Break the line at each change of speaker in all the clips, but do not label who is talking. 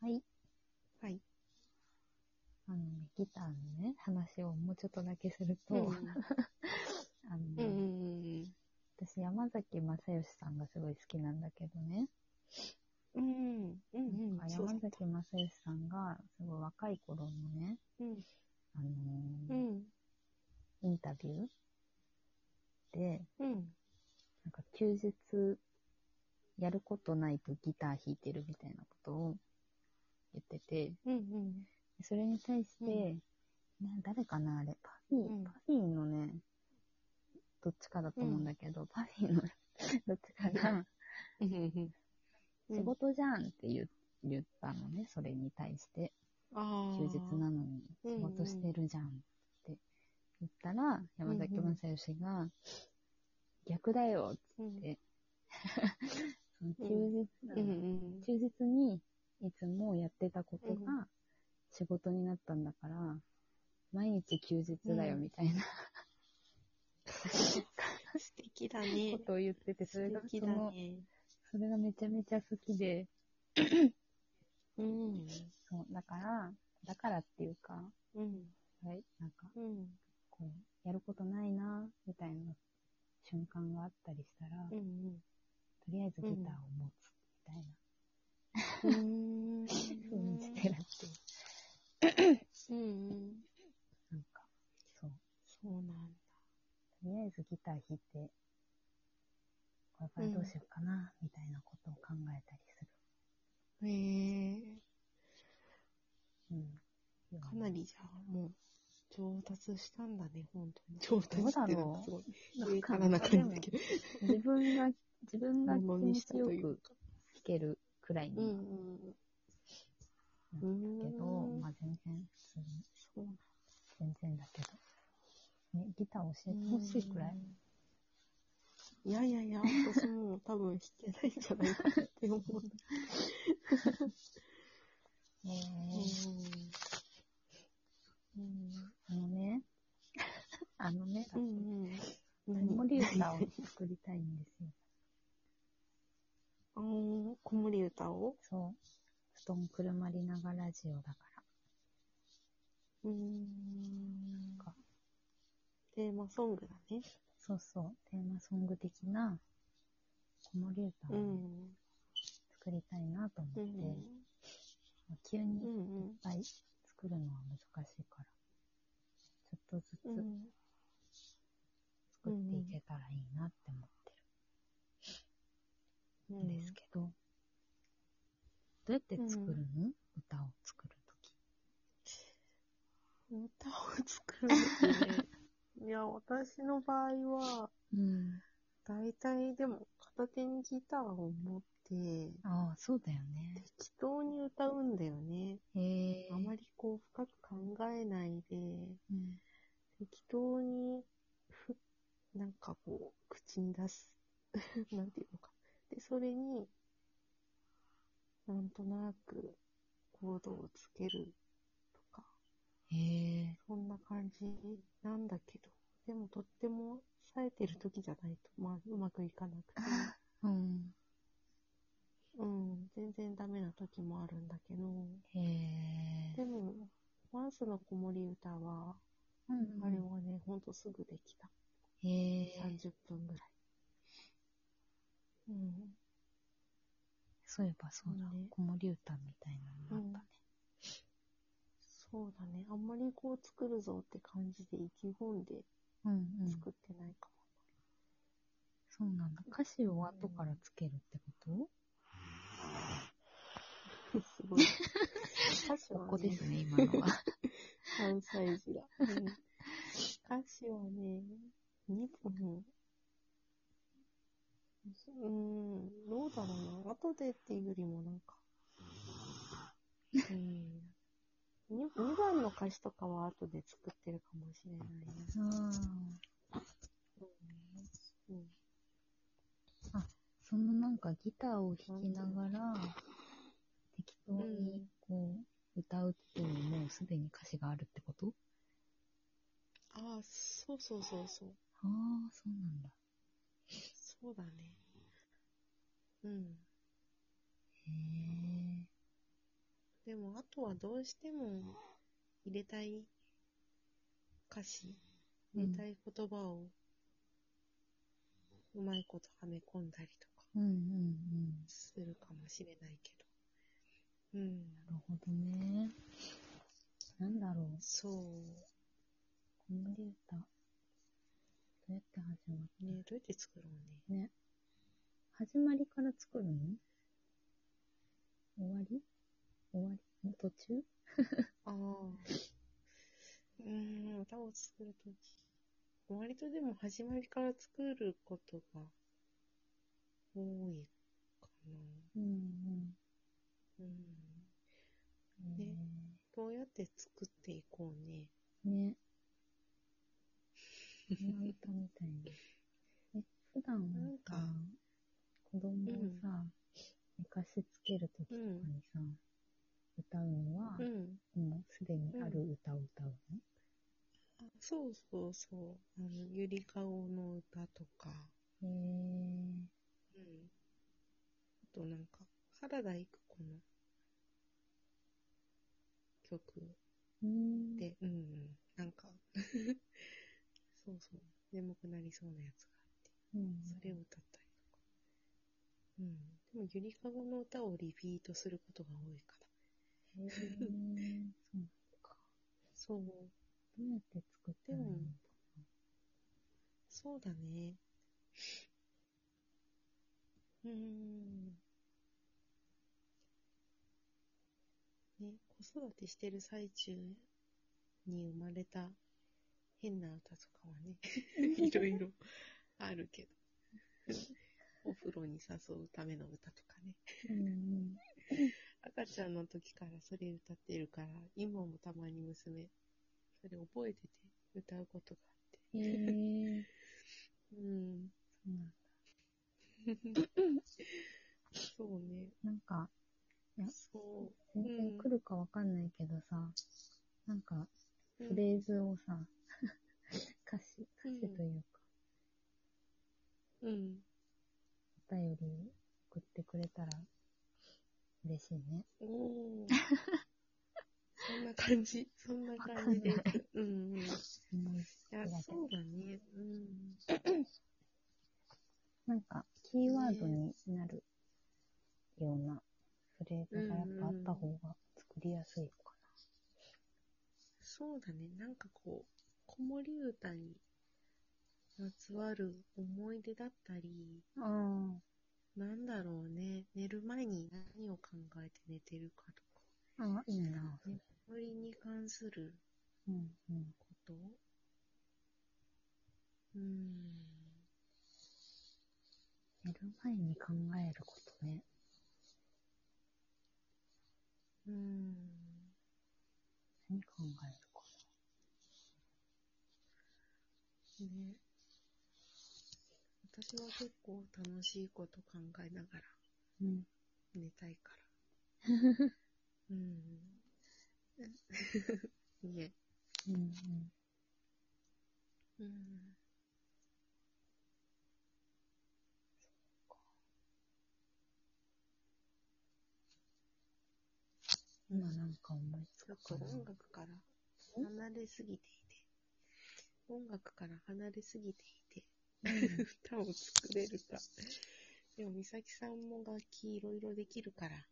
はい。
はい。
あのね、ギターのね、話をもうちょっとだけすると、
うん。
あのね、
うんうん
私、山崎正義さんがすごい好きなんだけどね、
うん。うんうん
な
うんん。
か
そう
山崎正義さんが、すごい若い頃のね、
うん。
あの
う
ー
ん。
インタビューで、
うん。
なんか休日、やることないとギター弾いてるみたいなことを言ってて、
うんうん。
それに対して、
う
な誰かなあれ、パフィー、
うん
パフィーのね、どっちかだと思うんだけど、パフィーの どっちかが、
うんうんうん。
仕事じゃんって言う言ったのね、それに対して、
ああ。
休日なのに仕事してるじゃんって言ったら、山崎正義が、逆だよっ
うん。
て、その
うん
休日、
うんうん。
休日にいつもやってたこと
う
が仕事になったんだから、毎日休日だよみたいな
素敵だね
こ。とを言ってて、それ
素
が
敵
そ
だ
の、
ね。
それがめちゃめちゃ好きで、
うん。
そう、だから、だからっていうか、
うん。
はい、なんか、
うん。
こう、やることないな、みたいな瞬間があったりしたら、
う
と
ん。
りあえずギターを持つ、みたいな、
う
ふう
ん。
にしてるっていう、
うんうん。
なんか、そう、
そうなんだ。
とりあえずギター弾いて、これからどうしようかな、みたいなことを考えたりす
へえ
る。うん。
かなりじゃあ、もう、上達したんだね、本当に。上達ってなんかすごい、
なん
上からな感じだけど。
でも自分が、自分が
ものに
気持
し
ち
たと
よ
い
く
うか。
弾けるくらいに
うんう
なんだ
ん。
けど、
うん
まあ全然、普通に
そう
全然だけど。ね、ギター教えてほしいくらい。
いやいやいや、私も多分弾けないんじゃないかなって思うんだ
ねえ
けど。うん。
あのね、あのね、
うんうん。
子守歌を
何
作りたいんですよ。
あー子守歌を
そう。布団くるまりながらジオだから。
うーん
か。
テーマソングだね。
そうそう、テーマソング的な子守歌
う
をね、
ん。
作りたいなと思って、
うん。
まあ急に
う
いっ
ん
ぱい作るのは難しいから、ちょっとず
うん。う
つ作
ん。
っていけたらいいなって思って
う
るん
ん
ですけど、どうやって作るの、歌を作るとき。
歌を作るのね。いや、私の場合は、
うん。
だいたいでも片手にギターを持って、
ああ、そうだよね。
適当に歌うんだよね。
へえ。
あま
り、
りこう深く考えないで、
うん、
適当に、ふ、なんかこう、口に出す。 なんていうのか。で、それに、なんとなく、コードをつけるとか、
へえ。
そんな感じなんだけど、でもとっても冴えてる時じゃないと、まあ、うまくいかなくて、
うん。
うん、全然ダメな時もあるんだけど、
へえ。
でも、ワンスの子守歌は、
うん
あれはね、ほんとすぐできた。
へえ。
30分ぐらい。うん。
そういえばそうだ
ね、
子守歌みたいなのあったね。
そうだね。あんまりこう作るぞって感じで意気込んで
うんうん。
作ってないか
そうなんだ。歌詞を後からつけるってこと、
も。すごい。歌詞はね、
ここですね、今のは。
関西児だ。うん歌詞はね、2分。うん、どうだろうな。後でっていうよりもなんか。うん2。2番の歌詞とかは後で作ってるかもしれないな。
あ
うん
そのなんかギターを弾きながら、適当にこう、歌うっていうのもうすでに歌詞があるってこと
ああ、そうそうそうそう。
ああ、そうなんだ。
そうだね。うん。
へえ。
でも、あとはどうしても入れたい歌詞、入れたい言葉をうまいことはめ込んだりとか
うんうんうん。
するかもしれないけど。うん、
なるほどね。なんだろう。
そう。
コメディ歌。どうやって始まった
ね、どうやって作ろうね。
ね。始まりから作るの終わり終わりの途中
ああ。うーん、歌を作るとき。割とでも始まりから作ることが多いかな。
うんうん。
うん。
ね
どうやって作っていこうね。
ね。鼻歌みたいな。え、普段
なんか
さ、子供をさ、寝かしつけるときとかにさ、歌うのは、
うん。
もうすでにある歌を歌うの、
あそうそうそう。あの、ゆりかごの歌とか。
へ
うん。あとなんか、原田育子の曲
えー。うん。
で、うんうん。なんか、 そうそう。眠くなりそうなやつがあって。
うん、
それを歌ったりとか。うん。でも、ゆりかごの歌をリピートすることが多いかな。
へーそうか。
そう。
どうやって作ってるの
でもそうだね。うーん。ね、子育てしてる最中に生まれた変な歌とかはね、いろいろあるけど。お風呂に誘うための歌とかね。
うん
赤ちゃんの時からそれ歌ってるから、今もたまに娘、それ覚えてて歌うことがあって。
うん。へえー。
うん。
そうなんだ
そうね。
なんか、
そ
全然来るかわかんないけどさ、なんか、
う。
フレーズをさ、歌詞、歌詞というか、
うん。
お便り送ってくれたら嬉しいね。
お お。そんな感じ。そんな感じで
わかんな
す。うんうん。い
思い
や
つ、つだけ
そう
ど
だね。うん。
なんか、キーワードになるようなフレーズがやっぱあった方が作りやすいのか
そうだね。なんかこう、子守歌にまつわる思い出だったり、
な。あ
なんだろうね。寝る前に何を考えて寝てるかとか、
あ、あいいな。
ね守りに関する
うんうん。
ことうん。
寝る前に考えることね。
うん。
何考えるか
ね。私は結構楽しいこと考えながら
な。うん。
寝たいから。うん。 ね。
うんうん。
うん。
今なんか思いつ
ちょっ
く
と
かな。
音楽から離れすぎていて、音楽から離れすぎていて、 歌を作れるか。でも、美咲さんも楽器いろいろできるから、
い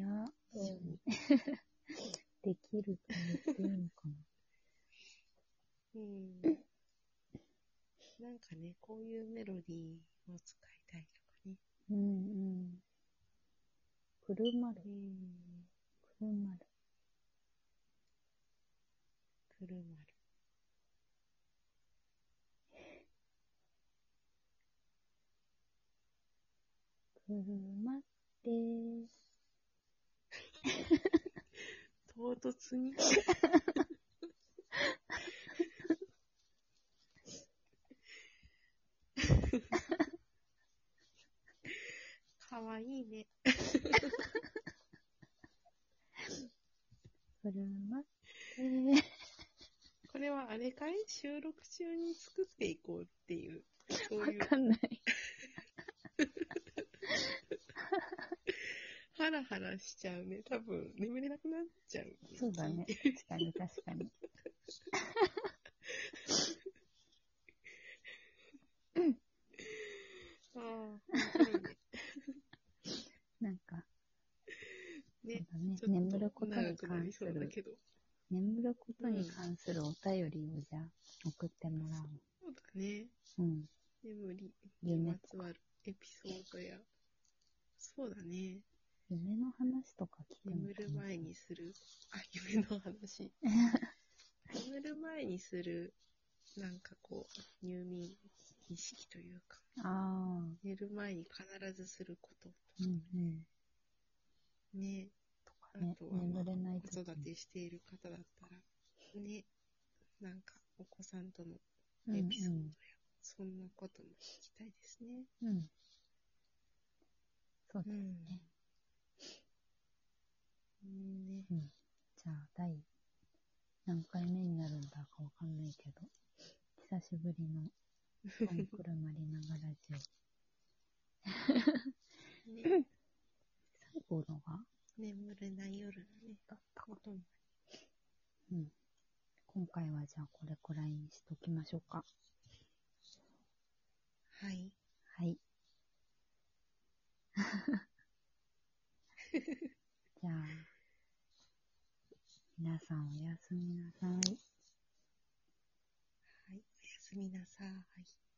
や、
一緒に。
できると言っていいのかな。
うん。なんかね、こういうメロディーを使いたいとかね。
うんうん。くるまる
う、ん。
くるまる。
くるまる。
くるまって、
唐突に。かわいいね。
くるまって、
これはあれかい収録中に作っていこうっていう。そういう
わかんない。
ハラハラしちゃうね。多分、眠れなくなっちゃう。
そうだね。。確かに、確かに。
ああ、面白いね。
なんか、そう
ね。
だね
ち。ょ っ
眠
と
ること
長
に
くな
関
り
す
そうだ
る、
けど。
眠ることに関するお便りをじゃあ、送ってもら
そうだね。
おう。うん。
眠りに
夢
まつわるエピソードや。そうだね。
夢の話とか聞いても
眠る前にする、あ、夢の話。 眠る前にする、なんかこう、入眠意識というか、
ああ
寝る前に必ずすること
ー、うんうん。
ね、
とか
あ
ね
と、は、まあ
眠れない
子
時
育てしている方だったら、ね、なんかお子さんとの
うん
エピソードや、そんなことも聞きたいですね。
うん。うん。そうだ
う
ね。
ん。うんね、
じゃあ、第何回目になるんだかわかんないけど、久しぶりの、この車りながらラジオ。
ね
最後のが、
眠れない夜のね、
だった
ことも。
うん。今回はじゃあこれくらいにしときましょうか。
はい。
はい。 じゃあ、皆さんおやすみなさい。
はい、おやすみなさい。